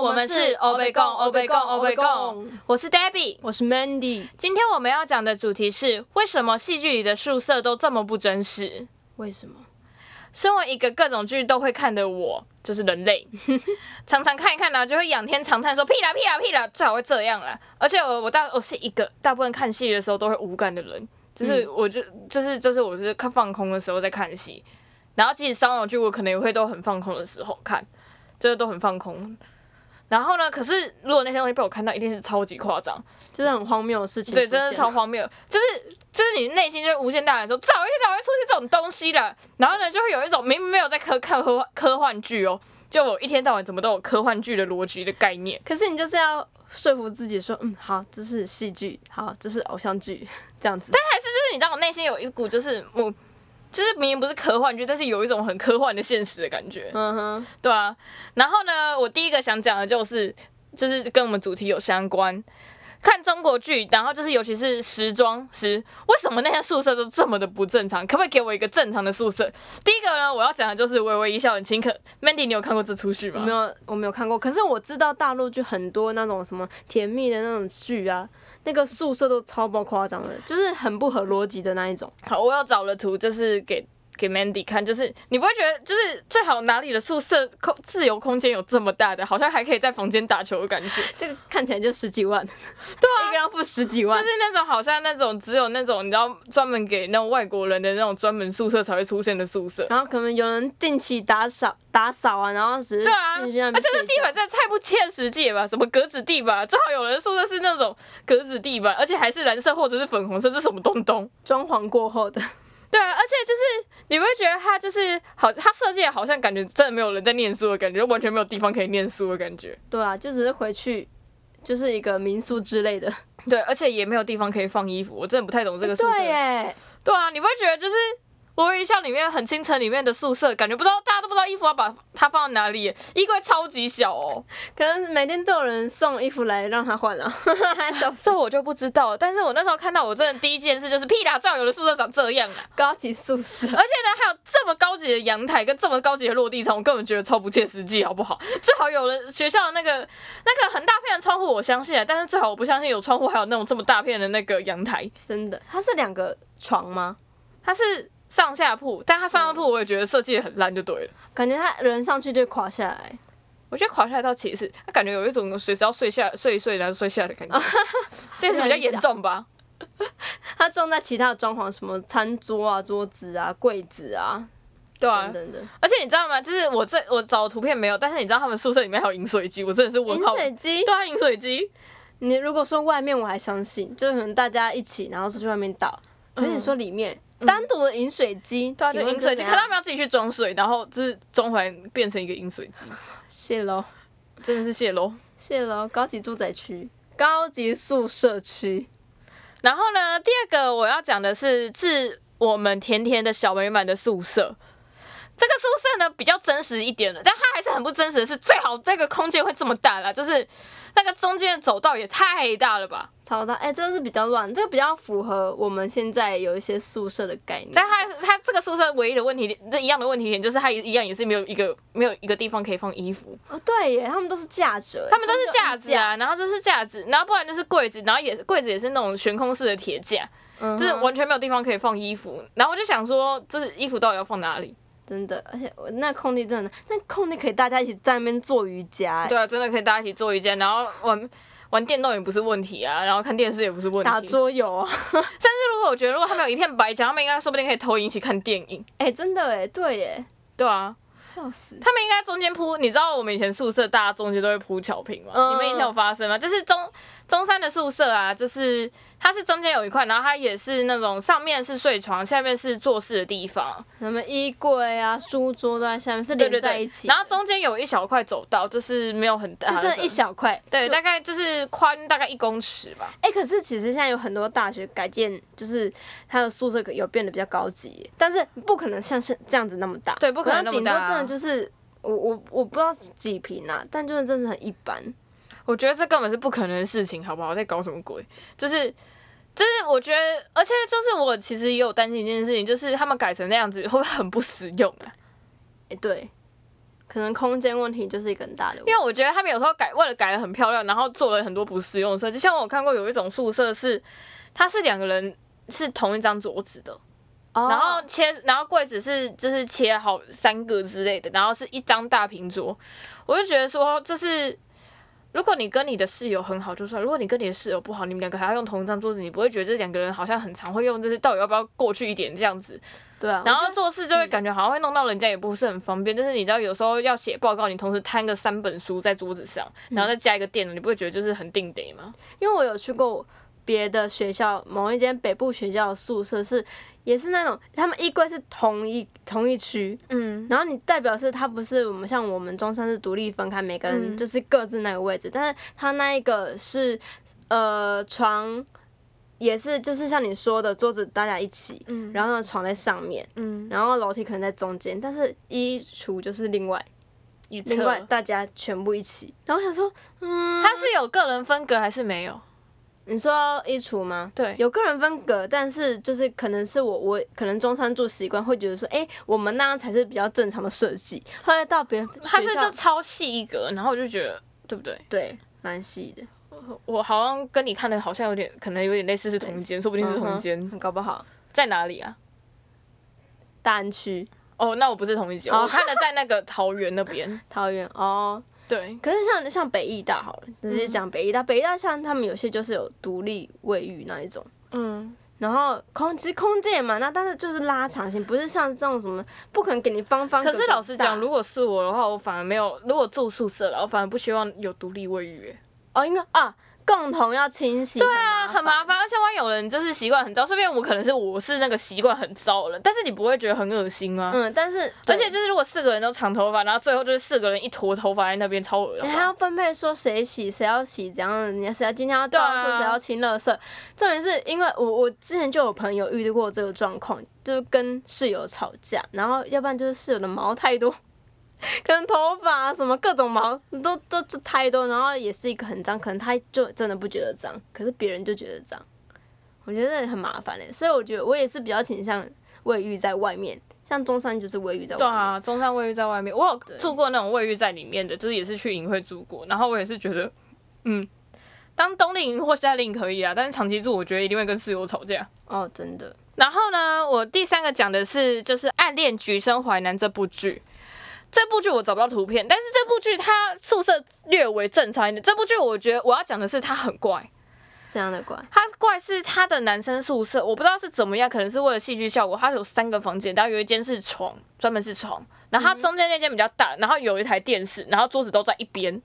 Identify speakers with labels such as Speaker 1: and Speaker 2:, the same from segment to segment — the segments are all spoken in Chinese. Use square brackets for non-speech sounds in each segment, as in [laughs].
Speaker 1: 我们是欧贝贡，欧贝贡，欧贝贡。我是 Debbie。
Speaker 2: 我是 Mandy。
Speaker 1: 今天我们要讲的主题是为什么戏剧里的宿舍都这么不真实？
Speaker 2: 为什么？
Speaker 1: 身为一个各种剧都会看的我，就是人类，常常看一看呢、就会仰天长叹说屁啦屁啦屁啦，最好会这样啦。而且我我大我是一个大部分看戏的时候都会无感的人，就是我就、就是就是我是看放空的时候在看戏，然后即使烧脑剧我可能也会都很放空的时候看，就是都很放空。然后呢？可是如果那些东西被我看到，一定是超级夸张，
Speaker 2: 这是很荒谬的事情。
Speaker 1: 对，真的超。荒谬。就是就是你内心就会无限大胆说，早一天早会出现这种东西的。然后呢，就会有一种明明没有在科看科科幻剧哦，就我一天到晚怎么都有科幻剧的逻辑的概念。
Speaker 2: 可是你就是要说服自己说，嗯，好，这是戏剧，好，这是偶像剧， [laughs] 这样子。
Speaker 1: 但还是就是你知道，我内心有一股就是我。就是明明不是科幻剧，但是有一种很科幻的现实的感觉，
Speaker 2: 嗯哼，
Speaker 1: 对啊。然后呢，我第一个想讲的就是，就是跟我们主题有相关，看中国剧，然后就是尤其是时装时，为什么那些宿舍都这么的不正常？可不可以给我一个正常的宿舍？第一个呢，我要讲的就是《微微一笑很轻可》，Mandy，你有看过这出剧
Speaker 2: 我
Speaker 1: 吗？
Speaker 2: 没有，我没有看过。可是我知道大陆剧很多那种什么甜蜜的那种剧啊，那个宿舍都超爆夸张的，就是很不合逻辑的那一种。
Speaker 1: 好，我有找了图，就是给给 Mandy 看，就是你不会觉得，就是最好哪里的宿舍空自由空间有这么大的，好像还可以在房间打球的感觉，
Speaker 2: 这个看起来就十几万， [laughs] 对
Speaker 1: 啊
Speaker 2: 一个人要付十几
Speaker 1: 就
Speaker 2: 万
Speaker 1: 是。那种好像那种只有那种你知道专门给那种外国人的那种专门宿舍才会出现的宿舍。
Speaker 2: 然后可能有人定期打扫打扫啊，然后只是
Speaker 1: 对啊，而
Speaker 2: 进
Speaker 1: 且
Speaker 2: 去那边
Speaker 1: 这
Speaker 2: 睡
Speaker 1: 地
Speaker 2: 觉
Speaker 1: 板真的太不切实际了吧？什么格子地板，最好有人的宿舍是那种格子地板，而且还是蓝色或者是粉红色，这什么东东？
Speaker 2: 装潢过后的， [laughs]
Speaker 1: 对啊，而且就是你会觉得它就是好，它设计的好像感觉真的没有人在念书的感觉，完全没有地方可以念书的感觉。
Speaker 2: 对啊，就只是回去就是一个民宿之类的。哎
Speaker 1: 对，而且也没有地方可以放衣服，我真的不太懂这个宿舍。
Speaker 2: 对耶，
Speaker 1: 对啊，你不会觉得就是《我一笑》里面很清晨里面的宿舍，感觉不知道大家都不知道衣服要把它放到哪里耶，衣柜超级小 [laughs] 哦，
Speaker 2: 可能每天都有人送衣服来让他换啊， [laughs] 笑死！
Speaker 1: 这我就不知道了。但是我那时候看到，我真的第一件事就是屁啦，最好有的宿舍长这样啊！
Speaker 2: 高级宿舍
Speaker 1: 而且呢，还有这么高级的阳台跟这么高级的落地窗，我根本觉得超不切实际，好不好？ [laughs] 最好有人学校的那个那个很大片的窗户，我相信啊，但是最好我不相信有窗户还有那种这么大片的那个阳台。
Speaker 2: 真的，它是两个床吗？
Speaker 1: 它是上下铺，但它上下铺我也觉得设计的很烂，就对了。
Speaker 2: 感觉他人上去就垮下来，
Speaker 1: 我觉得垮下来到其次，他感觉有一种随时要睡下、睡一睡然后睡下来的
Speaker 2: [laughs]
Speaker 1: 感觉，这是比较严重吧？
Speaker 2: 他种在其他的装潢，什么餐桌啊、桌子啊、柜子啊
Speaker 1: 对啊
Speaker 2: 等，等的。
Speaker 1: 而且你知道吗？就是我这我找图片没有，但是你知道他们宿舍里面还有饮水机，我真的是问
Speaker 2: 饮
Speaker 1: 号。
Speaker 2: 水机，
Speaker 1: 对啊，饮水机，
Speaker 2: 你如果说外面我还相信，就是可能大家一起然后出去外面倒，可是你说里面、单独的饮水机，
Speaker 1: 嗯对啊，就
Speaker 2: 请问
Speaker 1: 饮
Speaker 2: 这
Speaker 1: 水机，
Speaker 2: 怎
Speaker 1: 可
Speaker 2: 样
Speaker 1: 他们要自己去装水，然后就是装回来变成一个饮水机，
Speaker 2: 谢喽。
Speaker 1: 真的是泄露。
Speaker 2: 谢喽，高级住宅区、高级宿舍区，
Speaker 1: 然后呢，第二个我要讲的是致我们甜甜的小美满的宿舍。这个宿舍呢比较真实一点了，但它还是很不真实的是，最好这个空间会这么大啦，就是那个中间的走道也太大了吧？
Speaker 2: 超大哎、这个是比较乱，这个比较符合我们现在有一些宿舍的概念。
Speaker 1: 但它它这个宿舍唯一的问题，一样的问题点就是它一样也是没有一个没有一个地方可以放衣服，
Speaker 2: 哦，对耶，他们都是架着哎耶，
Speaker 1: 他们都是
Speaker 2: 就
Speaker 1: 架子
Speaker 2: 嗯
Speaker 1: 啊，然后就是架子，然后不然就是柜子，然后也柜子也是那种悬空式的铁架，
Speaker 2: 嗯哼
Speaker 1: 就是完全没有地方可以放衣服。然后我就想说，这衣服到底要放哪里？
Speaker 2: 真的，而且我那空地真的，那空地可以大家一起在那边做瑜伽哎耶，
Speaker 1: 对啊，真的可以大家一起做一件，然后玩玩电动也不是问题啊，然后看电视也不是问题。
Speaker 2: 打
Speaker 1: 甚
Speaker 2: 桌游啊，
Speaker 1: 至如果我觉得，如果他们有一片白墙，他们应该说不定可以投影一起看电影。
Speaker 2: 哎、真的哎，对耶，
Speaker 1: 对啊，
Speaker 2: 笑死，
Speaker 1: 他们应该中间铺，你知道我们以前宿舍大家中间都会铺草坪吗？
Speaker 2: 嗯
Speaker 1: 你们以前有发生吗？就是中中山的宿舍啊，就是它是中间有一块，然后它也是那种上面是睡床，下面是做事的地方，
Speaker 2: 什么衣柜啊、书桌都在下面，是
Speaker 1: 对对
Speaker 2: 连在
Speaker 1: 对
Speaker 2: 一，起的，啊
Speaker 1: 然后中间有一小块走道，就是没有很大的
Speaker 2: 就
Speaker 1: 走道，
Speaker 2: 是一小块，
Speaker 1: 对，
Speaker 2: 就
Speaker 1: 大概就是宽大概一公尺吧。
Speaker 2: 哎、可是其实现在有很多大学改建，就是它的宿舍有变得比较高级，但是不可能像是这样子那么大，
Speaker 1: 对不可能那么大啊
Speaker 2: 顶多真的就是我我我不知道几平啊，但就是真的很一般。
Speaker 1: 我觉得这根本是不可能的事情，好不好？在搞什么鬼？就是就是，我觉得，而且就是我其实也有担心一件事情，就是他们改成那样子会不会很不实用啊？
Speaker 2: 哎、对，可能空间问题就是一个很大的问题
Speaker 1: 因。为我觉得他们有时候改为了改的很漂亮，然后做了很多不实用的设计。像我有看过有一种宿舍是，它是两个人是同一张桌子的，
Speaker 2: 哦
Speaker 1: 然后切，然后柜子是就是切好三个之类的，然后是一张大平桌。我就觉得说，就是如果你跟你的室友很好就算，如果你跟你的室友不好，你们两个还要用同一张桌子，你不会觉得这两个人好像很常会用，就是到底要不要过去一点这样子。
Speaker 2: 对啊，
Speaker 1: 然后做事就会感觉好像会弄到人家也不是很方便，就是你知道有时候要写报告，你同时摊个三本书在桌子上，然后再加一个电脑，你不会觉得就是很定得吗？
Speaker 2: 因为我有去过别的学校，某一间北部学校的宿舍是，也是那种他们衣柜是同一同一区，
Speaker 1: 嗯，
Speaker 2: 然后你代表是它不是我们像我们中山是独立分开，每个人
Speaker 1: 嗯
Speaker 2: 就是各自那个位置，但是它那一个是呃床也是就是像你说的桌子大家一起，
Speaker 1: 嗯
Speaker 2: 然后呢床在上面，
Speaker 1: 嗯，
Speaker 2: 然后楼梯可能在中间，但是衣橱就是另外
Speaker 1: 一
Speaker 2: 另外
Speaker 1: 侧
Speaker 2: 大家全部一起，然后我想说，嗯，
Speaker 1: 他是有个人风格还是没有？
Speaker 2: 你说衣橱吗？
Speaker 1: 对
Speaker 2: 有个人风格，但是就是可能是我我可能中山住习惯，会觉得说，哎、我们那样才是比较正常的设计。后来到别人
Speaker 1: 他是
Speaker 2: 学校
Speaker 1: 就超细一格，然后我就觉得对不对？
Speaker 2: 对蛮细的，
Speaker 1: 我好像跟你看的好像有点，可能有点类似是同间，说不定是同间，
Speaker 2: 嗯哼搞不好
Speaker 1: 在哪里啊？
Speaker 2: 大安区
Speaker 1: 哦，那我不是同一间，
Speaker 2: 哦
Speaker 1: 我看的在那个桃园那 [laughs] 边。
Speaker 2: 桃园哦。
Speaker 1: 对，
Speaker 2: 可是像像北艺大好了，直接讲北艺大，北艺大像他们有些就是有独立卫浴那一种。
Speaker 1: 嗯，
Speaker 2: 然后空其实空间也蛮大，但是就是拉长型，不是像这种什么不可能给你方方格
Speaker 1: 可
Speaker 2: 格大。
Speaker 1: 是老实讲，如果是我的话，我反而没有，如果住宿舍了，我反而不希望有独立卫浴。哎
Speaker 2: 哦，应该啊，共同要清洗，对
Speaker 1: 对啊，很麻烦，而且万一有人就是习惯很糟，顺便我可能是我是那个习惯很糟的人，但是你不会觉得很恶心吗？
Speaker 2: 嗯，但是
Speaker 1: 而且就是如果四个人都长头发，然后最后就是四个人一坨头发在那边，超恶的
Speaker 2: 你
Speaker 1: 话。
Speaker 2: 还要分配说谁洗谁要洗怎样的，你谁要今天要倒垃
Speaker 1: 对
Speaker 2: 圾，
Speaker 1: 啊
Speaker 2: 谁要清垃圾。重点是因为我我之前就有朋友遇到过这个状况，就是跟室友吵架，然后要不然就是室友的毛太多， [laughs] 可能头发、啊、什么各种毛都都都太多，然后也是一个很脏，可能他就真的不觉得脏，可是别人就觉得脏，我觉得很麻烦嘞、欸所以我觉得我也是比较倾向卫浴在外面，像中山就是卫浴在外
Speaker 1: 对
Speaker 2: 面。
Speaker 1: 啊，中山卫浴在外面，我有住过那种卫浴在里面的，就是也是去营会住过，然后我也是觉得，嗯，当冬令营或夏令营可以啊，但是长期住，我觉得一定会跟室友吵架。
Speaker 2: 哦，真的，
Speaker 1: 然后呢，我第三个讲的是就是《暗恋橘生淮南》这部剧。这部剧我找不到图片，但是这部剧它宿舍略微正常一点。这部剧我觉得我要讲的是它很怪，
Speaker 2: 这样的怪。
Speaker 1: 它怪是它的男生宿舍，我不知道是怎么样，可能是为了戏剧效果，它有三个房间，然后有一间是床，专门是床，然后它中间那间比较大，然后有一台电视，然后桌子都在一边，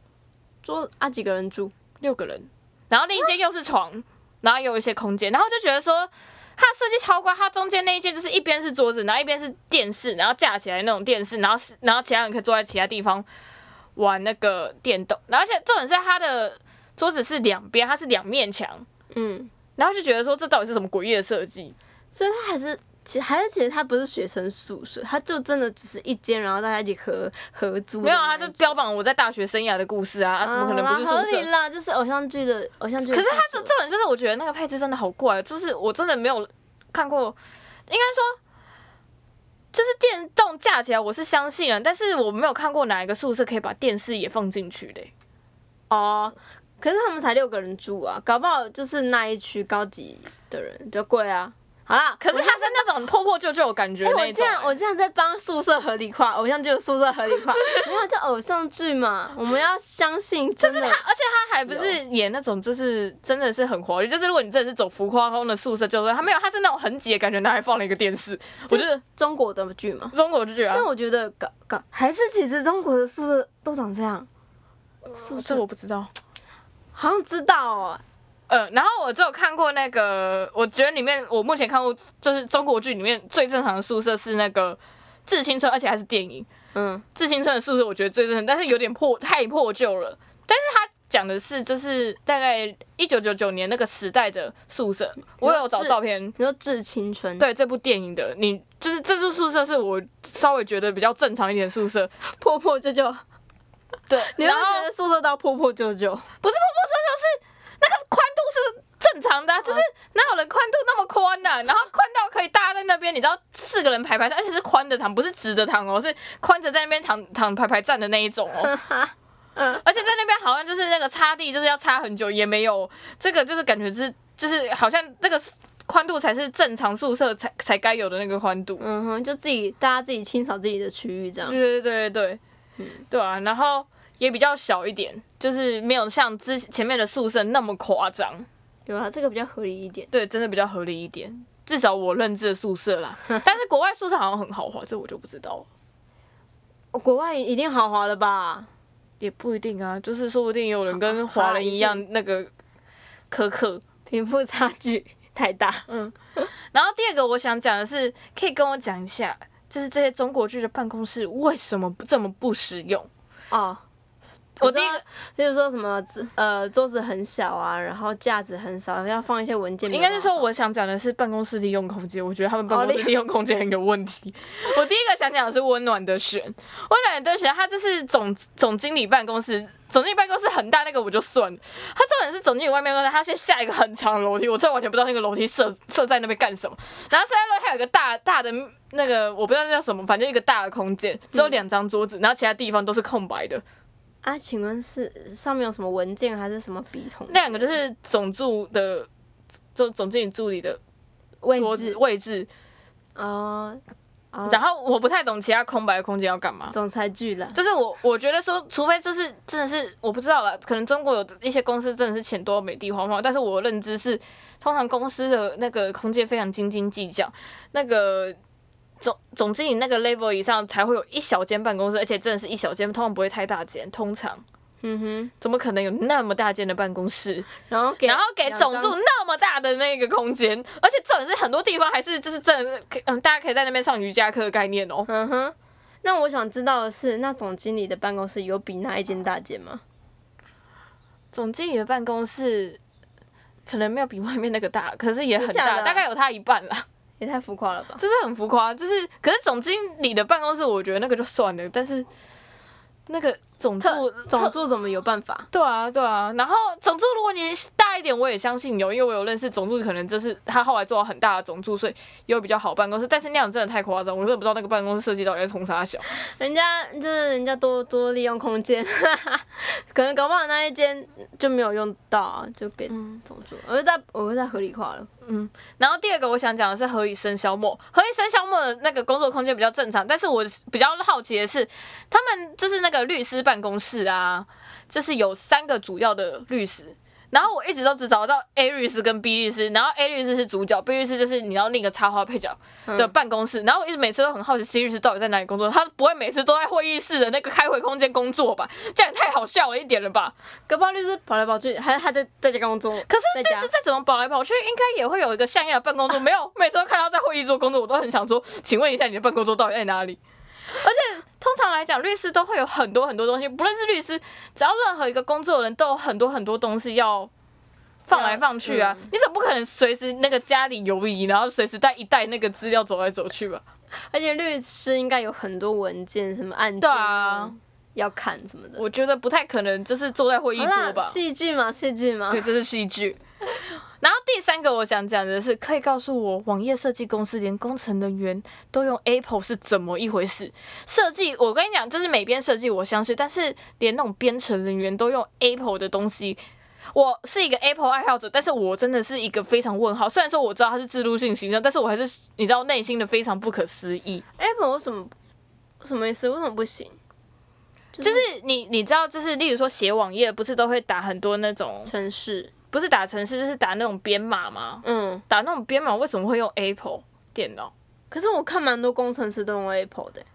Speaker 2: 桌啊几个人住？
Speaker 1: 六个人，然后另一间又是床，然后有一些空间，然后就觉得说它的设计超怪，它中间那一间就是一边是桌子，然后一边是电视，然后架起来那种电视，然后是然后其他人可以坐在其他地方玩那个电动，然后而且重点是它的桌子是两边，它是两面墙，
Speaker 2: 嗯，
Speaker 1: 然后就觉得说这到底是什么诡异的设计？
Speaker 2: 所以他还是其实还是其实他不是学生宿舍，他就真的只是一间，然后大家一起合合租的
Speaker 1: 没
Speaker 2: 那
Speaker 1: 有
Speaker 2: 一种。
Speaker 1: 啊，他就标榜我在大学生涯的故事啊，啊怎么可能不是宿
Speaker 2: 啊好啦合理
Speaker 1: 舍？
Speaker 2: 啦，就是偶像剧的偶像剧。
Speaker 1: 可是他的重点就是，我觉得那个配置真的好怪，就是我真的没有看过，应该说。就是电动架起来，我是相信了，但是我没有看过哪一个宿舍可以把电视也放进去的欸、
Speaker 2: 哦，可是他们才六个人住啊，搞不好就是那一区高级的人比较贵啊。好啦，
Speaker 1: 可是它是那种破破旧旧的感觉
Speaker 2: 哎、
Speaker 1: 那
Speaker 2: 我
Speaker 1: 一
Speaker 2: 这
Speaker 1: 种欸、
Speaker 2: 样我这样在帮宿舍合理化，偶像剧的宿舍合理
Speaker 1: [laughs]
Speaker 2: 化，没有叫偶像剧嘛，我们要相信真的。
Speaker 1: 而且他还不是演那种，就是真的是很华丽，就是如果你真的是走浮夸风的宿舍，就是他没有，他是那种很挤的感觉，然后还放了一个电视，我觉得
Speaker 2: 中国的剧嘛，
Speaker 1: 中国剧啊
Speaker 2: 但，我觉得搞搞还是其实中国的宿舍都长这样，宿
Speaker 1: 这
Speaker 2: 舍
Speaker 1: 我不知道。
Speaker 2: 好像知道哦。
Speaker 1: 呃，然后我只有看过那个，我觉得里面我目前看过就是中国剧里面最正常的宿舍是那个《致青春》，而且还是电影
Speaker 2: 嗯，
Speaker 1: 《致青春》的宿舍，我觉得最正常，但是有点破太破旧了。但是他讲的是就是大概一九九九年那个时代的宿舍，我有找
Speaker 2: 致
Speaker 1: 照片。
Speaker 2: 你说致青春，，
Speaker 1: 对这部电影的，你就是这住宿舍是我稍微觉得比较正常一点的宿舍，
Speaker 2: 破破旧旧，
Speaker 1: 对，
Speaker 2: 你会
Speaker 1: 然后
Speaker 2: 觉得宿舍到破破旧旧，
Speaker 1: 不是破破旧旧是那个宽度是正正常的、啊，就是哪有人宽度那么宽呢、然后宽到可以大家在那边，你知道四个人排排站，而且是宽的躺，不是直的躺哦，是宽着在那边躺躺排排站的那一种哦。
Speaker 2: 嗯
Speaker 1: 而且在那边好像就是那个擦地，就是要擦很久也没有，这个就是感觉是就是好像这个宽度才是正常宿舍才才该有的那个宽度。
Speaker 2: 嗯哼，就自己大家自己清扫自己的区域这样。
Speaker 1: 对对对对，对，对啊，然后也比较小一点，就是没有像之前面的宿舍那么夸张，
Speaker 2: 有啊，这个比较合理一点。
Speaker 1: 对，真的比较合理一点。至少我认知的宿舍 [laughs] 啦，但是国外宿舍好像很豪华，这我就不知道了，
Speaker 2: 哦国外一定豪华了吧？
Speaker 1: 也不一定啊，就是说不定有人跟华人一样那个苛刻。
Speaker 2: 贫富差距 [laughs] 太大。
Speaker 1: 然后第二个我想讲的是，可以跟我讲一下，就是这些中国剧的办公室为什么不这么不实用？
Speaker 2: 哦，
Speaker 1: 我第一个
Speaker 2: 例如说什么呃桌子很小啊，然后架子很少，要放一些文件。
Speaker 1: 应该是说，我想讲的是办公室利用空间，我觉得
Speaker 2: 哦
Speaker 1: 他们办公室利用空间很有问题。我第一个想讲的是温暖的选，温暖的选，他这是总总经理办公室，总经理办公室很大那个我就算了，他重点是总经理外面办公室，他先下一个很长的楼梯，我真的完全不知道那个楼梯设设在那边干什么。然后设在楼梯还有一个大大的那个我不知道那叫什么，反正一个大的空间，
Speaker 2: 嗯
Speaker 1: 只有两张桌子，然后其他地方都是空白的。
Speaker 2: 啊，请问是上面有什么文件还是什么笔筒？
Speaker 1: 那两个就是总助的。总总经理助理的
Speaker 2: 位
Speaker 1: 桌子
Speaker 2: 置
Speaker 1: 位置，
Speaker 2: 哦，哦
Speaker 1: 然后我不太懂其他空白的空间要干嘛。
Speaker 2: 总裁剧了。
Speaker 1: 就是我我觉得说，除非就是真的是我不知道了，可能中国有一些公司真的是钱多没地方花，但是我认知是，通常公司的那个空间非常斤斤计较，那个总总经理那个 level 以上才会有一小间办公室，而且真的是一小间，通常不会太大间，通常
Speaker 2: 嗯哼，
Speaker 1: 怎么可能有那么大间的办公室？
Speaker 2: 然后给
Speaker 1: 然后给总
Speaker 2: 两
Speaker 1: 助
Speaker 2: 张
Speaker 1: 那么大的那个空间，而且重点是很多地方还是就是真的可以，嗯，大家可以在那边上瑜伽课的概念哦。
Speaker 2: 嗯哼，那我想知道的是，那总经理的办公室有比那一间大间吗？
Speaker 1: 总经理的办公室可能没有比外面那个大， [laughs] 可是也很
Speaker 2: 真的假
Speaker 1: 大，
Speaker 2: 的
Speaker 1: 大概有他一半啦， [laughs]
Speaker 2: 也太浮夸了吧！
Speaker 1: 就是很浮夸。就是可是总经理的办公室，我觉得那个就算了，但是那个总助
Speaker 2: 特总助怎么有办法？
Speaker 1: 对啊，对啊。然后总助，如果你大一点，我也相信有，因为我有认识总助，可能就是他后来做到很大的总助，所以有比较好办公室。但是那样真的太夸张，我真的不知道那个办公室设计到底在冲啥小。
Speaker 2: 人家就是人家多多利用空间， [laughs] 可能搞不好那一间就没有用到啊，就给
Speaker 1: 嗯
Speaker 2: 总助。我就在我就在合理化了。
Speaker 1: 然后第二个我想讲的是何以笙箫默，何以笙箫默的那个工作空间比较正常，但是我比较好奇的是，他们就是那个律师办公室啊，就是有三个主要的律师。然后我一直都只找到 A 律师跟 B 律师，然后 A 律师是主角，B 律师就是你要另一个插花配角的办公室。然后我一直每次都很好奇 C 律师到底在哪里工作，他不会每次都在会议室的那个开会空间工作吧？这样也太好笑了一点了吧？
Speaker 2: 搞不好律师跑来跑去，还还在在家工作。
Speaker 1: 可是
Speaker 2: 在
Speaker 1: 律
Speaker 2: 家
Speaker 1: 师再怎么跑来跑去，应该也会有一个像样的办 [laughs] 公桌。没有，每次都看到在会议桌工作，我都很想说，请问一下你的办公桌到底在 [laughs] 哪里？而且通常来讲，律师都会有很多很多东西，不论是律师，只要任何一个工作的人都有很多很多东西要放来放去啊。你总不可能随时那个家里游移，然后随时带一袋那个资料走来走去吧？
Speaker 2: 而且律师应该有很多文件，什么案件
Speaker 1: 对啊，
Speaker 2: 要看什么的。
Speaker 1: 我觉得不太可能，就是坐在会议
Speaker 2: 好
Speaker 1: 桌
Speaker 2: 啦，
Speaker 1: 吧。
Speaker 2: 戏剧嘛，戏剧嘛
Speaker 1: 对，。这是戏剧。然后第三个我想讲的是，可以告诉我网页设计公司连工程人员都用 Apple 是怎么一回事？设计，我跟你讲，就是美编设计我相信，但是连那种编程人员都用 Apple 的东西。我是一个 Apple 爱好者，但是我真的是一个非常问号。虽然说我知道它是制度性形象，但是我还是你知道内心的非常不可思议。
Speaker 2: Apple 为什么什么意思？为什么不行？就
Speaker 1: 就是你你知道，就是例如说写网页，不是都会打很多那种，
Speaker 2: 城市，
Speaker 1: 不是打程式，就是打那种编码吗？
Speaker 2: 嗯。
Speaker 1: 打那种编码为什么会用 Apple 电脑？
Speaker 2: 可是我看蛮多工程师都用 Apple 的欸。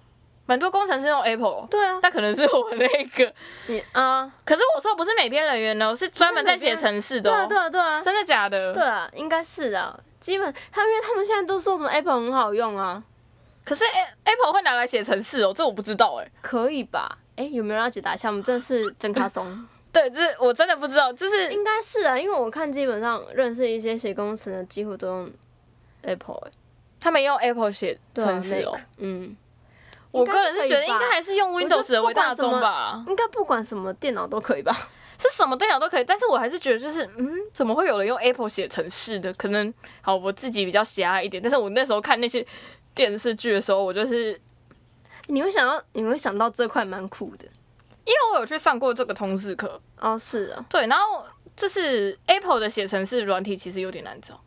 Speaker 1: 蛮多工程师用 Apple，
Speaker 2: 对啊，
Speaker 1: 那可能是我们那个。
Speaker 2: 你啊，
Speaker 1: 可是我说不是美编人员哦，是专门在写程式的
Speaker 2: 对
Speaker 1: 哦
Speaker 2: 啊，。对啊，对啊，
Speaker 1: 真的假的？
Speaker 2: 对。啊，应该是啊。基本他因为他们现在都说什么 Apple 很好用啊，
Speaker 1: 可是 A- Apple 会拿来写程式哦，这我不知道哎。
Speaker 2: 可以吧？哎，有没有人要解答一下？我们真的是真卡松，
Speaker 1: 对，这我真的不知道，就
Speaker 2: [laughs]
Speaker 1: 是
Speaker 2: 应该是啊，因为我看基本上认识一些写工程的，几乎都用 Apple 欸。
Speaker 1: 他们用 Apple 写
Speaker 2: 对啊
Speaker 1: 程式哦
Speaker 2: Mac。嗯，
Speaker 1: 我个人是觉得
Speaker 2: 应该是可
Speaker 1: 应
Speaker 2: 以吧
Speaker 1: 该还是用
Speaker 2: 觉得
Speaker 1: Windows 的为
Speaker 2: 不
Speaker 1: 大
Speaker 2: 管什
Speaker 1: 宗
Speaker 2: 么
Speaker 1: 吧。
Speaker 2: 应该不管什么电脑都可以吧？ [laughs]
Speaker 1: 是什么电脑都可以，但是我还是觉得就是，嗯，怎么会有人用 Apple 写程式的？可能好，我自己比较狭隘一点，但是我那时候看那些电视剧的时候，我就是
Speaker 2: 你会想到，你会想到这块蛮酷的
Speaker 1: 因为我有去上过这个通识课，
Speaker 2: 哦，是啊，
Speaker 1: 对，然后就是 Apple 的写程式软体其实有点难找，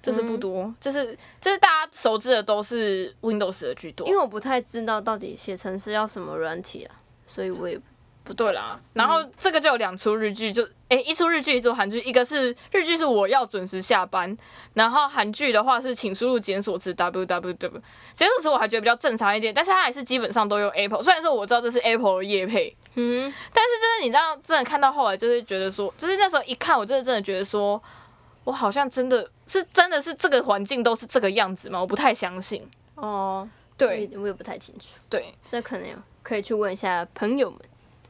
Speaker 1: 就是
Speaker 2: 嗯
Speaker 1: 不多，就是就是大家熟知的都是 Windows 的居多，
Speaker 2: 因为我不太知道到底写程式要什么软体啊，所以我也
Speaker 1: 不对
Speaker 2: 嗯
Speaker 1: 啦。然后这个就有两出日剧，就诶、一出日剧，一出韩剧，一个是日剧是我要准时下班，然后韩剧的话是请输入检索词 w w w，检索词我还觉得比较正常一点，但是它还是基本上都用 Apple，虽然说我知道这是 Apple 的业配，
Speaker 2: 嗯，
Speaker 1: 但是就是你知道，真的看到后来，就是觉得说，就是那时候一看，我真的真的觉得说，我好像真的是真的是这个环境都是这个样子吗？我不太相信。
Speaker 2: 哦，我
Speaker 1: 对
Speaker 2: 也我也不太清楚，
Speaker 1: 对，
Speaker 2: 这可能有可以去问一下朋友们。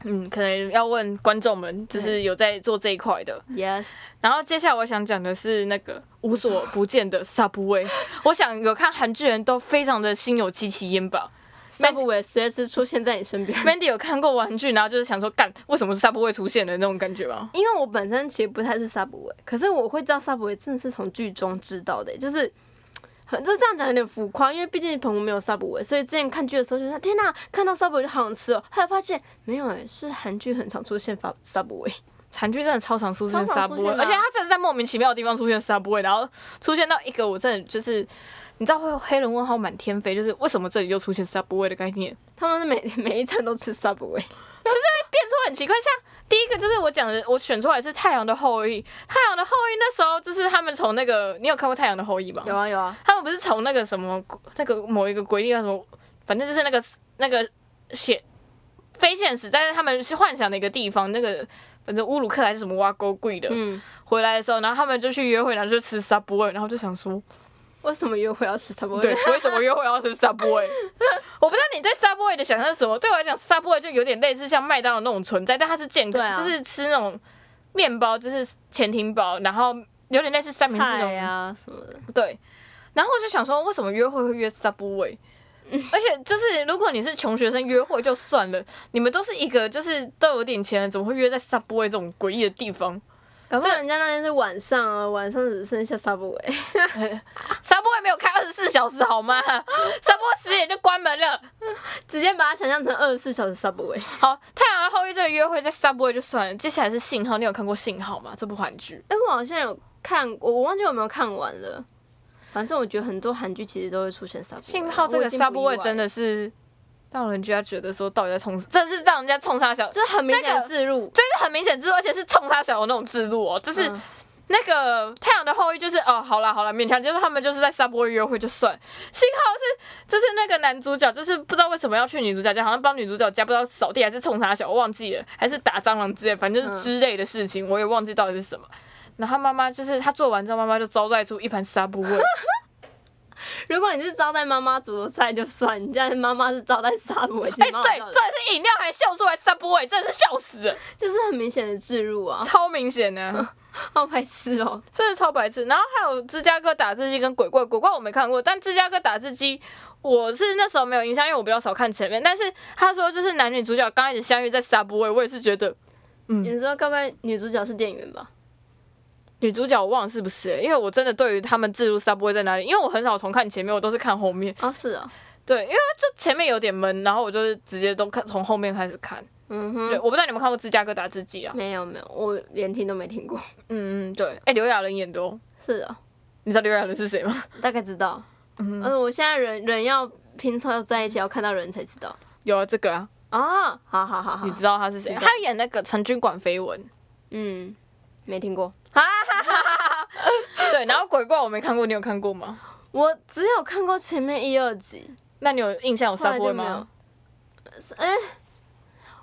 Speaker 1: 嗯，可能要问观众们，就是有在做这一块的。
Speaker 2: [laughs] Yes，
Speaker 1: 然后接下来我想讲的是那个无所不见的 Subway，我想有看韩剧人都非常的心有戚戚焉吧。
Speaker 2: 那不我随时出现在你身边。
Speaker 1: Mandy 有看过玩具，然后就是想说，干为什么 Subway 出现的那种感觉吗？
Speaker 2: [laughs] 因为我本身其实不太是 Subway，可是我会知道 Subway 真的是从剧中知道的、欸就是。很就这样讲有点浮夸，因为毕竟澎湖没有 Subway，所以之前看剧的时候就说天哪，看到 Subway 就好想吃哦。后来发现没有哎、是韩剧很常出现 Sub- Subway，
Speaker 1: 韩剧真的超常出现
Speaker 2: 超常出
Speaker 1: Subway，
Speaker 2: 现啊
Speaker 1: 而且它真的在莫名其妙的地方出现 Subway，然后出现到一个我真的就是，你知道会有黑人问号满天飞，就是为什么这里又出现 Subway 的概念，
Speaker 2: 他们是每每一餐都吃 Subway。
Speaker 1: 变出很奇怪。像第一个就是我讲的，我选出来是《太阳的后裔》，《太阳的后裔》那时候就是他们从那个，你有看过《太阳的后裔》吗？
Speaker 2: 啊有啊，
Speaker 1: 他们不是从那个什么那个某一个规定叫什么，反正就是那个那个写非现实，但是他们是幻想的一个地方，那个反正乌鲁克还是什么挖沟贵的，
Speaker 2: 嗯，
Speaker 1: 回来的时候，然后他们就去约会，然后就吃 Subway，然后就想说，
Speaker 2: 为什么约会要吃 Subway？
Speaker 1: 对，为什么约会要吃
Speaker 2: [laughs]
Speaker 1: Subway？我不知道你对 Subway 的想象是什么，对我来讲，Subway 就有点类似像麦当劳那种存在，但它是健康，
Speaker 2: 对啊
Speaker 1: 就是吃那种面包，就是潜艇堡，然后有点类似三明治那种
Speaker 2: 菜啊什么的，
Speaker 1: 对，然后我就想说，为什么约会会
Speaker 2: [laughs]
Speaker 1: 约 Subway？而且就是，如果你是穷学生约会就算了，你们都是一个就是都有点钱了，怎么会约在 Subway 这种诡异的地方
Speaker 2: 搞不好人家那天是晚上啊，晚上只剩下欸 [laughs] Subway。
Speaker 1: ？Subway 没有开二十四小时好
Speaker 2: [laughs]
Speaker 1: 吗？Subway 十点就关门了。
Speaker 2: 直接把它想象成二十四小时欸 Subway。
Speaker 1: 好，太阳的后裔这个约会在 Subway 就算了，接下来是信号，你有看过信号吗？这部韩剧，
Speaker 2: 哎、我好像有看过，我忘记有没有看完了。反正我觉得很多韩剧其实都会出现 Subway 啊。
Speaker 1: 信号这
Speaker 2: 我
Speaker 1: 个
Speaker 2: 已经不意外
Speaker 1: Subway 真的是让人家觉得说到底在冲，真的是让人家冲杀小，这
Speaker 2: 这很明显
Speaker 1: 那
Speaker 2: 的
Speaker 1: 个
Speaker 2: 置入，
Speaker 1: 这是很明显之路，而且是冲杀小的那种之路哦，就是。
Speaker 2: 嗯
Speaker 1: 那个太阳的后裔就是哦，好啦好啦，勉强就是他们就是在 Subway 约会就算。信号是就是那个男主角就是不知道为什么要去女主角家，好像帮女主角家不知道扫地还是冲啥小，我忘记了，还是打蟑螂之类，反正就是之类的事情，我也忘记到底是什么。然后他妈妈就是他做完之后，妈妈就招待出一盘 Subway，
Speaker 2: 如果你是招待妈妈煮的菜 [laughs] 就算，你家的妈妈是招待 Subway，其
Speaker 1: 哎、
Speaker 2: 实蛮好
Speaker 1: 对，
Speaker 2: 笑的
Speaker 1: 这是饮料还秀出来 Subway，真的是笑死了，
Speaker 2: 就是很明显的置入啊，
Speaker 1: 超明显呢、
Speaker 2: 好白痴哦。
Speaker 1: 真的超白痴。然后还有芝加哥打字机跟鬼怪，鬼怪我没看过，但芝加哥打字机我是那时候没有印象，因为我比较少看前面。但是他说就是男女主角刚开始相遇在 Subway，我也是觉得嗯
Speaker 2: 你说该不会女主角是店员吧？
Speaker 1: 女主角我忘了是不是、因为我真的对于他们置入 Subway 在哪里，因为我很少从看前面，我都是看后面。
Speaker 2: 哦，是哦，
Speaker 1: 对，因为就前面有点闷，然后我就是直接都看从后面开始看。
Speaker 2: 嗯
Speaker 1: 对，
Speaker 2: 哼，
Speaker 1: 我不知道你们看过芝加哥打字机啊？
Speaker 2: 没有没有，我连听都没听过。
Speaker 1: 嗯嗯，对。哎、刘亚仁演的哦，
Speaker 2: [laughs] 是哦，
Speaker 1: 你知道刘亚仁是谁吗？
Speaker 2: 大概知道。嗯，而且我现在人人要拼凑在一起，要看到人才知道。
Speaker 1: 有啊，这个啊，
Speaker 2: 哦，好好好好
Speaker 1: 你，知道他是谁？
Speaker 2: 知道
Speaker 1: 他演那个《陈军馆绯闻》。
Speaker 2: 嗯，没听过。
Speaker 1: [laughs] 对，然后鬼怪我没看过，你有看过吗？
Speaker 2: 我只有看过前面一二集，
Speaker 1: 那你有印象有
Speaker 2: 后来
Speaker 1: Subway
Speaker 2: 就没有
Speaker 1: 吗？。
Speaker 2: 哎、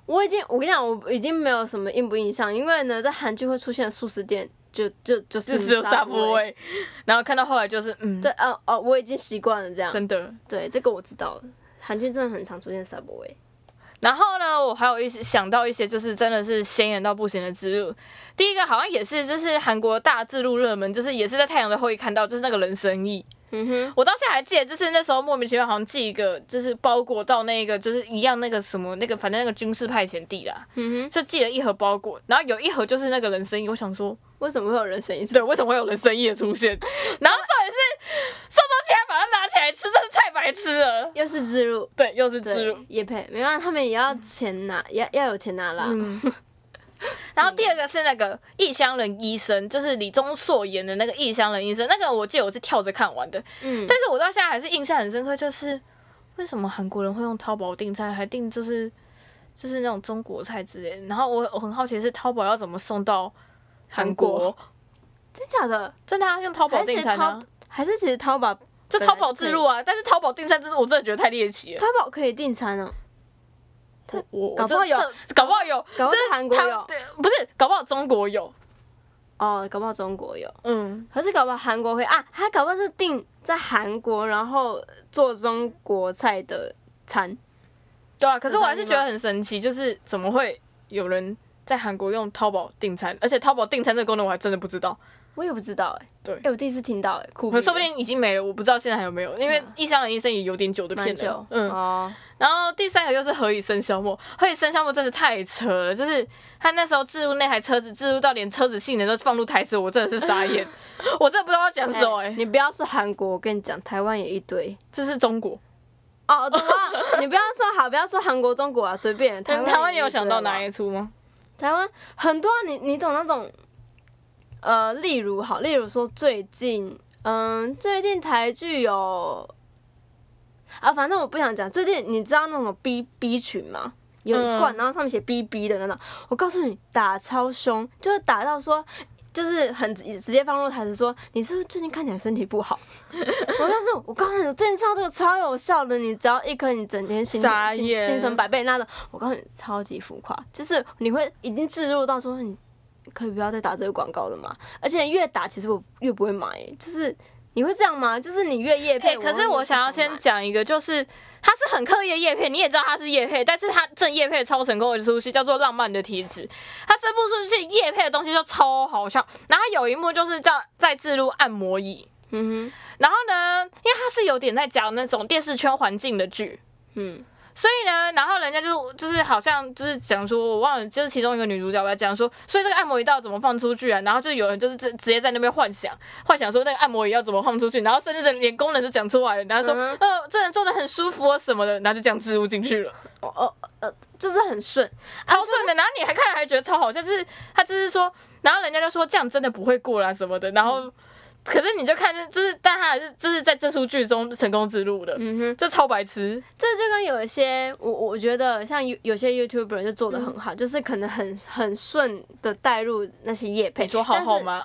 Speaker 2: 我已经我跟你讲，我已经没有什么印不印象，因为呢，在韩剧会出现素食店，就就就是
Speaker 1: 就只有
Speaker 2: Subway
Speaker 1: Subway，然后看到后来就是嗯，
Speaker 2: 对，哦哦，我已经习惯了这样。
Speaker 1: 真的。
Speaker 2: 对，这个我知道了。韩剧真的很常出现 Subway，
Speaker 1: 然后呢，我还有一些想到一些就是真的是鲜艳到不行的植入。第一个好像也是就是韩国大制入热门，就是也是在《太阳的后裔》看到，就是那个人参意，
Speaker 2: 嗯哼，
Speaker 1: 我到现在还记得，就是那时候莫名其妙好像寄一个，就是包裹到那个，就是一样那个什么那个，反正那个军事派遣地啦，
Speaker 2: 嗯
Speaker 1: 就寄了一盒包裹，然后有一盒就是那个人参意，我想说，
Speaker 2: 哼，为什么会有人声音？
Speaker 1: 对，为什么会有人参意的出 [laughs] 现？然后重点是送东西还把它拿起来吃，真是太白痴了。
Speaker 2: 又是植入，
Speaker 1: 对，又是植
Speaker 2: 对
Speaker 1: 入。，
Speaker 2: 也配，没办法，他们也要钱拿，要要有钱拿啦。
Speaker 1: 嗯， [laughs] 然后第二个是那个异乡人医生，就是李钟硕演的那个异乡人医生，那个我记得我是跳着看完的，
Speaker 2: 嗯，
Speaker 1: 但是我到现在还是印象很深刻，就是为什么韩国人会用淘宝订菜，还订就是就是那种中国菜之类的。然后我我很好奇的是淘宝要怎么送到韩国？
Speaker 2: 韩真假的？
Speaker 1: 真的啊，用淘宝
Speaker 2: 还是
Speaker 1: 订
Speaker 2: 其实
Speaker 1: 餐
Speaker 2: 淘
Speaker 1: 啊，，
Speaker 2: 还是其实淘宝
Speaker 1: 就淘
Speaker 2: 本来就
Speaker 1: 宝
Speaker 2: 可以
Speaker 1: 自入啊。但是淘宝订餐，真的我真的觉得太猎奇了。
Speaker 2: 淘宝可以订餐哦，
Speaker 1: 我我
Speaker 2: 搞不好有，
Speaker 1: 我这搞不好有，
Speaker 2: 搞不好
Speaker 1: 这
Speaker 2: 韩国
Speaker 1: 他
Speaker 2: 有
Speaker 1: 对，不是搞不好中国有，
Speaker 2: 哦，搞不好中国有，
Speaker 1: 嗯，
Speaker 2: 可是搞不好韩国会啊，他搞不好是订在韩国，然后做中国菜的餐。
Speaker 1: 对啊。可是我还
Speaker 2: 这
Speaker 1: 是觉
Speaker 2: 算
Speaker 1: 得
Speaker 2: 吗
Speaker 1: 很神奇，就是怎么会有人在韩国用淘宝订餐，而且淘宝订餐这个功能我还真的不知道。
Speaker 2: 我也不知道哎、
Speaker 1: 对
Speaker 2: 哎、我第一次听到哎、酷
Speaker 1: 可
Speaker 2: 毙
Speaker 1: 说不
Speaker 2: 了
Speaker 1: 定已经没了，我不知道现在还有没有，因为
Speaker 2: 嗯
Speaker 1: 异乡人医生也有点久的片
Speaker 2: 蛮
Speaker 1: 了
Speaker 2: 久，，
Speaker 1: 嗯。
Speaker 2: 哦，
Speaker 1: 然后第三个又是何以笙箫默，何以笙箫默真的太扯了，就是他那时候置入那台车子，置入到连车子性能都放入台词，我真的是
Speaker 2: [laughs]
Speaker 1: 傻眼，我真的不知道要讲什么、
Speaker 2: 哎
Speaker 1: 欸，
Speaker 2: 你不要说韩国，我跟你讲，台湾也一堆。
Speaker 1: 这是中国，
Speaker 2: 哦，怎么 [laughs] 了？你不要说好，不要说韩国、中国啊，随便。台
Speaker 1: 但嗯台湾
Speaker 2: 也
Speaker 1: 你有想到哪
Speaker 2: 一堆
Speaker 1: 一出吗？
Speaker 2: 啊？台湾很多啊，你你懂那种，呃，例如好，例如说最近，嗯，最近台剧有，啊，反正我不想讲。最近你知道那种 B B 群吗？有一罐，然后上面写 B B 的那种，我告诉你，打超凶，就是打到说，就是很直直接放入台词说，你是不是最近看起来身体不好？ [laughs] 我告诉你，我告诉你，我最近吃到这个超有效的，你只要一颗，你整天心
Speaker 1: 傻
Speaker 2: 心
Speaker 1: 眼
Speaker 2: 精神百倍那种。我告诉你，超级浮夸，就是你会已经置入到说你可以不要再打这个广告了嘛，而且越打其实我越不会买，就是你会这样吗？就是你越夜
Speaker 1: 哎、
Speaker 2: 配、
Speaker 1: 可是
Speaker 2: 我
Speaker 1: 我想要先讲一个，就是它是很刻意的叶片，你也知道它是叶片，但是它正叶片超成功的一出戏叫做《浪漫的体脂》，它这部出戏叶片的东西就超好笑，然后它有一幕就是叫在置入按摩椅，
Speaker 2: 嗯哼，
Speaker 1: 然后呢，因为它是有点在讲那种电视圈环境的剧，
Speaker 2: 嗯，
Speaker 1: 所以呢，然后人家就就是好像就是讲说，我忘了，就是其中一个女主角吧，讲说，所以这个按摩椅到底怎么放出去啊？然后就有人就是直直接在那边幻想， [laughs] 幻想说那个按摩椅要怎么放出去，然后甚至连功能都讲出来了，然后说，
Speaker 2: 嗯
Speaker 1: 呃，这人做的很舒服哦什么的，然后就这样植入进去 [laughs] 了，
Speaker 2: 哦哦呃，就是很顺，
Speaker 1: 超顺的。然后你还看了还觉得超好笑，就是他就是说，然后人家就说这样真的不会过啊啦什么的，然后。可是你就看，就是，但他还是就是在这出剧中成功植入的，
Speaker 2: 嗯哼。
Speaker 1: 这超白痴。
Speaker 2: 这就跟有一些我我觉得像有有些 YouTuber 就做的很好，就是可能很很顺的带入那些叶配，
Speaker 1: 你说浩
Speaker 2: 但是
Speaker 1: 浩吗？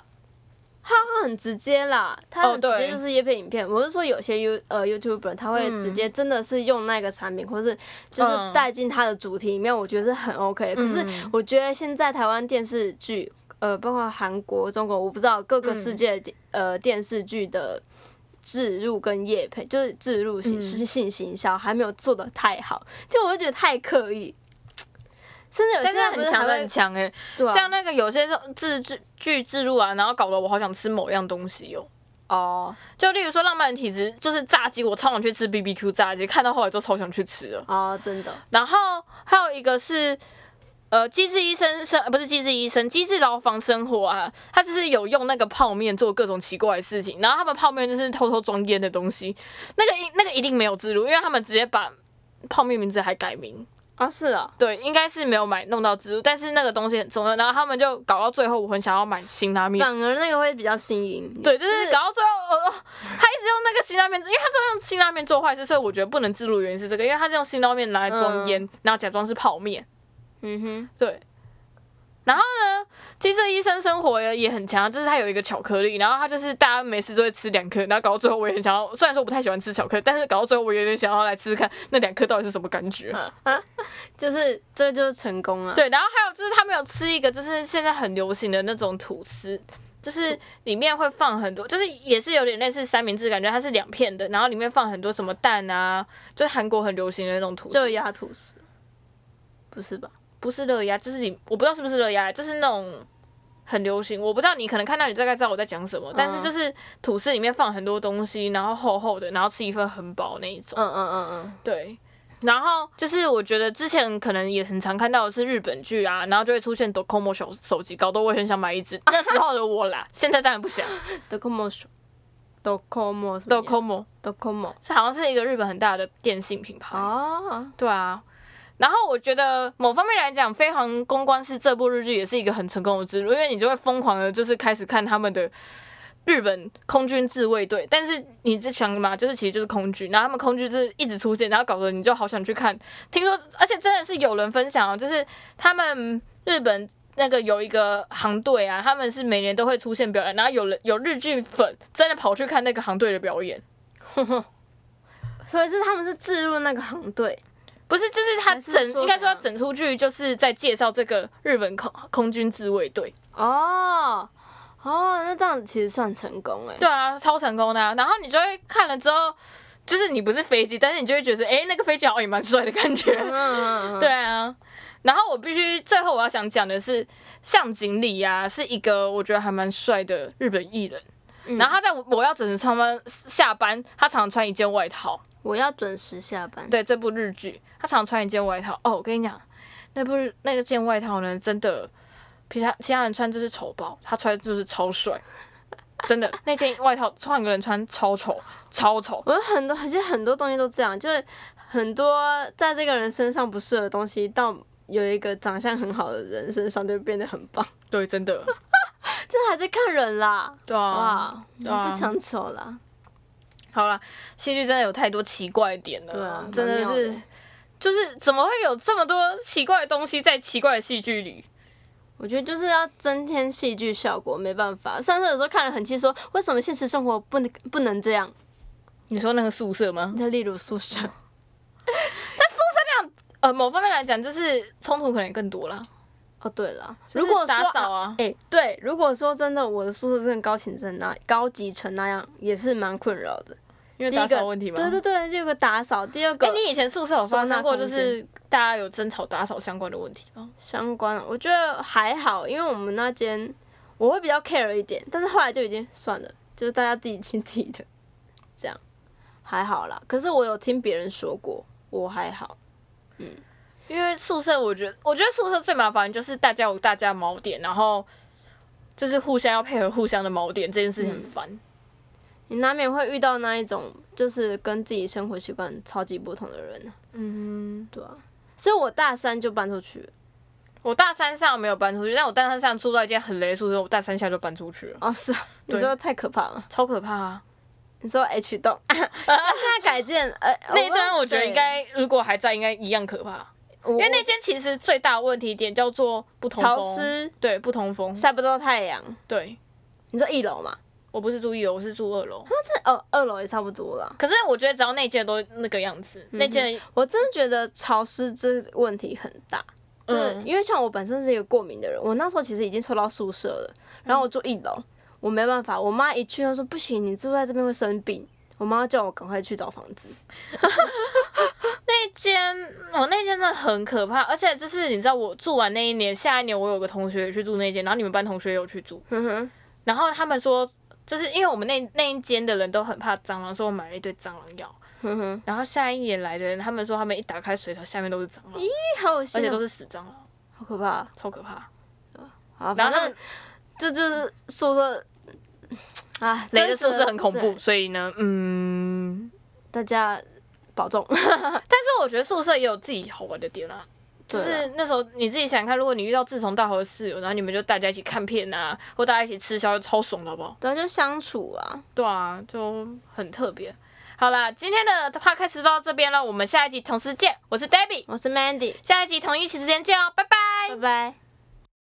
Speaker 2: 他很直接啦，他
Speaker 1: 哦
Speaker 2: 很直
Speaker 1: 对
Speaker 2: 接就是叶片影片。我是说有些 You 呃 YouTuber 他会
Speaker 1: 嗯
Speaker 2: 直接真的是用那个产品，或是就是
Speaker 1: 嗯
Speaker 2: 带进他的主题里面，我觉得是很 OK 的。可是
Speaker 1: 嗯
Speaker 2: 我觉得现在台湾电视剧，呃，包括韩国、中国，我不知道各个世
Speaker 1: 嗯
Speaker 2: 界的电、呃电视剧的。置入跟叶配就是置入性
Speaker 1: 嗯
Speaker 2: 是性行销，还没有做的太好，就我就觉得太刻意，甚至有
Speaker 1: 但
Speaker 2: 些
Speaker 1: 是很强的很强哎、
Speaker 2: 强
Speaker 1: 像那个有些这种自制剧制入啊，然后搞得我好想吃某样东西哦。
Speaker 2: 哦
Speaker 1: 就例如说，浪漫的体质就是炸鸡，我超想去吃 B B Q 炸鸡，看到后来都超想去吃了。
Speaker 2: 哦，真的，
Speaker 1: 然后还有一个是，呃，机智医生生呃不是机智医生，机智牢房生活啊，他就是有用那个泡面做各种奇怪的事情，然后他们泡面就是偷偷装烟的东西，那个一那个一定没有植入，因为他们直接把泡面名字还改名，
Speaker 2: 啊是啊、
Speaker 1: 对，应该是没有买弄到植入，但是那个东西很重要。然后他们就搞到最后，我很想要买辛拉面。
Speaker 2: 反而那个会比较新颖。
Speaker 1: 对，就是搞到最后，哦哦，他一直用那个辛拉面，因为他就用辛拉面做坏事，所以我觉得不能自入原因是这个，因为他是用辛拉面拿来装烟，然后假装是泡面。
Speaker 2: 嗯哼，
Speaker 1: 对。然后呢，其实医生生活也很强，啊就是他有一个巧克力，然后他就是大家没事就会吃两颗，然后搞到最后我也很想要，虽然说我不太喜欢吃巧克力，但是搞到最后我有点想要来吃吃看那两颗到底是什么感觉。
Speaker 2: 就是这就是成功了。，
Speaker 1: 对，然后还有就是他们有吃一个，就是现在很流行的那种吐司，就是里面会放很多，就是也是有点类似三明治感觉，它是两片的，然后里面放很多什么蛋啊，就是韩国很流行的那种吐
Speaker 2: 就
Speaker 1: 司，
Speaker 2: 压吐司，不是吧？
Speaker 1: 不是热压，就是你我不知道是不是热压，就是那种很流行，我不知道你可能看到你大概知道我在讲什么，但是就是吐司里面放很多东西，然后厚厚的，然后吃一份很饱那一种。
Speaker 2: 嗯嗯嗯嗯，
Speaker 1: 对。然后就是我觉得之前可能也很常看到的是日本剧啊，然后就会出现 Docomo 手手机，搞得我也很想买一只。那时候的我啦， [laughs] 现在当然不想。
Speaker 2: d o c o m o d o c o m o d o c o
Speaker 1: 嗯 Docomo
Speaker 2: d o c o m o
Speaker 1: 是好像是一个日本很大的电信品牌。
Speaker 2: 啊，
Speaker 1: 对啊。然后我觉得某方面来讲，《飞航公关是这部日剧也是一个很成功的之路，因为你就会疯狂的，就是开始看他们的日本空军自卫队。但是你只想嘛，就是其实就是空军，然后他们空军就是一直出现，然后搞得你就好想去看。听说，而且真的是有人分享哦，就是他们日本那个有一个航队啊，他们是每年都会出现表演，然后有人有日剧粉真的跑去看那个航队的表演。
Speaker 2: 所以是他们是置入那个行队，
Speaker 1: 不是，就是他
Speaker 2: 还是
Speaker 1: 整
Speaker 2: 说
Speaker 1: 应该
Speaker 2: 什
Speaker 1: 说他
Speaker 2: 么
Speaker 1: 整出剧就是在介绍这个日本空空军自卫队。
Speaker 2: 嗯哦哦，那这样子其实算成功哎，
Speaker 1: 对啊，超成功的、啊。然后你就会看了之后，就是你不是飞机，但是你就会觉得，哎、那个飞机好像也蛮帅的感
Speaker 2: 嗯
Speaker 1: 觉。
Speaker 2: 嗯嗯，
Speaker 1: [laughs] 对啊。然后我必须最后我要想讲的是，向井理啊，是一个我觉得还蛮帅的日本艺人。
Speaker 2: 嗯
Speaker 1: 然后他在我我要准时上班下班，他常常穿一件外套。
Speaker 2: 我要准时下班，
Speaker 1: 对这部日剧，他常穿一件外套。哦，我跟你讲，那部日那个件外套呢，真的其他其他人穿就是丑爆，他穿就是超帅，真的那件外套换个人穿超丑，超丑。
Speaker 2: 我有很多，其实很多东西都这样，就是很多在这个人身上不适合的东西，到有一个长相很好的人身上就变得很棒。
Speaker 1: 对，真的，
Speaker 2: 这还是看人啦，
Speaker 1: [laughs] 对啊。
Speaker 2: 哇，
Speaker 1: 对啊
Speaker 2: 不强求啦。
Speaker 1: 好啦，戏剧真的有太多奇怪的点了，
Speaker 2: 对啊
Speaker 1: 真的
Speaker 2: 蛮妙
Speaker 1: 是
Speaker 2: 的，
Speaker 1: 就是怎么会有这么多奇怪的东西在奇怪的戏剧里？
Speaker 2: 我觉得就是要增添戏剧效果，没办法。上次有时候看了很气，说为什么现实生活不能不能这样？
Speaker 1: 你说那个宿舍吗？
Speaker 2: 那例如宿舍，
Speaker 1: 哦呃，某方面来讲，就是冲突可能更多啦。
Speaker 2: 哦对了，
Speaker 1: 就是
Speaker 2: 如果说
Speaker 1: 打扫啊
Speaker 2: 哎、对，如果说真的我的宿舍真的高级成那高级成那样，也是蛮困扰的。
Speaker 1: 因为
Speaker 2: 第
Speaker 1: 打
Speaker 2: 一
Speaker 1: 扫
Speaker 2: 个
Speaker 1: 问题吗？
Speaker 2: 对对对，第二个打扫，第二个。
Speaker 1: 哎、你以前宿舍有发生过就是
Speaker 2: 收
Speaker 1: 大家有争吵打扫相关的问题吗？
Speaker 2: 相关的，我觉得还好，因为我们那间我会比较 care 一点，但是后来就已经算了，就是大家自己清自己的， [laughs] 这样还好啦。可是我有听别人说过，我还好，
Speaker 1: 因为宿舍，我觉得我觉得宿舍最麻烦就是大家有大家的锚点，然后就是互相要配合互相的锚点，这件事情很烦。
Speaker 2: 你难免会遇到那一种就是跟自己生活习惯超级不同的人啊，
Speaker 1: 嗯，
Speaker 2: 对啊。所以我大三就搬出去了
Speaker 1: 我大三上没有搬出去，但我大三上住到一间很雷的宿舍，我大三下就搬出去了，
Speaker 2: 哦，是啊，你
Speaker 1: 对
Speaker 2: 说太可怕了。
Speaker 1: 超可怕啊！
Speaker 2: 你说 H 栋， [laughs] 但是它改建，呃，
Speaker 1: [laughs] 那一间我觉得
Speaker 2: 对
Speaker 1: 应该如果还在，应该一样可怕，
Speaker 2: 我
Speaker 1: 因为那间其实最大的问题点叫做不同
Speaker 2: 潮
Speaker 1: 风，
Speaker 2: 湿
Speaker 1: 对，不同风，
Speaker 2: 晒不到太阳。
Speaker 1: 对。
Speaker 2: 你说一楼嘛，
Speaker 1: 我不是住一楼，我是住二楼。
Speaker 2: 这哦，二楼也差不多啦。
Speaker 1: 可是我觉得只要那一届都那个样
Speaker 2: 嗯
Speaker 1: 子，那届
Speaker 2: 我真的觉得潮湿这问题很大，就是
Speaker 1: 嗯
Speaker 2: 因为像我本身是一个过敏的人，我那时候其实已经抽到宿舍了，然后我住一楼，我没办法，我妈一去她说不行，你住在这边会生病，我妈叫我赶快去找房子。
Speaker 1: 那间，我那哦间真的很可怕，而且就是你知道，我住完那一年，下一年我有个同学也去住那间，然后你们班同学也有去住，
Speaker 2: 哼哼，
Speaker 1: 然后他们说，就是因为我们那那一间的人都很怕蟑螂，所以我买了一堆蟑螂药，
Speaker 2: 哼哼，
Speaker 1: 然后下一年来的人，他们说他们一打开水槽，下面都是蟑螂，而
Speaker 2: 咦，好恶心、
Speaker 1: 且都
Speaker 2: 哦，
Speaker 1: 是死蟑螂，
Speaker 2: 好可怕。
Speaker 1: 超可怕。
Speaker 2: 好，
Speaker 1: 然
Speaker 2: 反
Speaker 1: 后他们
Speaker 2: 正这就是宿舍，啊，
Speaker 1: 雷的宿舍很恐
Speaker 2: 真
Speaker 1: 怖，
Speaker 2: 的，
Speaker 1: 所以呢，嗯，
Speaker 2: 对大家保
Speaker 1: [laughs]
Speaker 2: 重。
Speaker 1: 啊但是我觉得宿舍也有自己好玩的点啦、就
Speaker 2: 对
Speaker 1: 是
Speaker 2: 啊
Speaker 1: 那时候你自己想看，如果你遇到志同道合的室友，然后你们就大家一起看片啊，或大家一起吃宵夜，超爽的好不好？
Speaker 2: 对啊，就相处啊，
Speaker 1: 对啊，就很特别。好啦，今天的 podcast 就到这边了，我们下一集同时见。我是 Debbie，
Speaker 2: 我是 Mandy，
Speaker 1: 下一集同一时间见哦，拜拜
Speaker 2: 拜拜。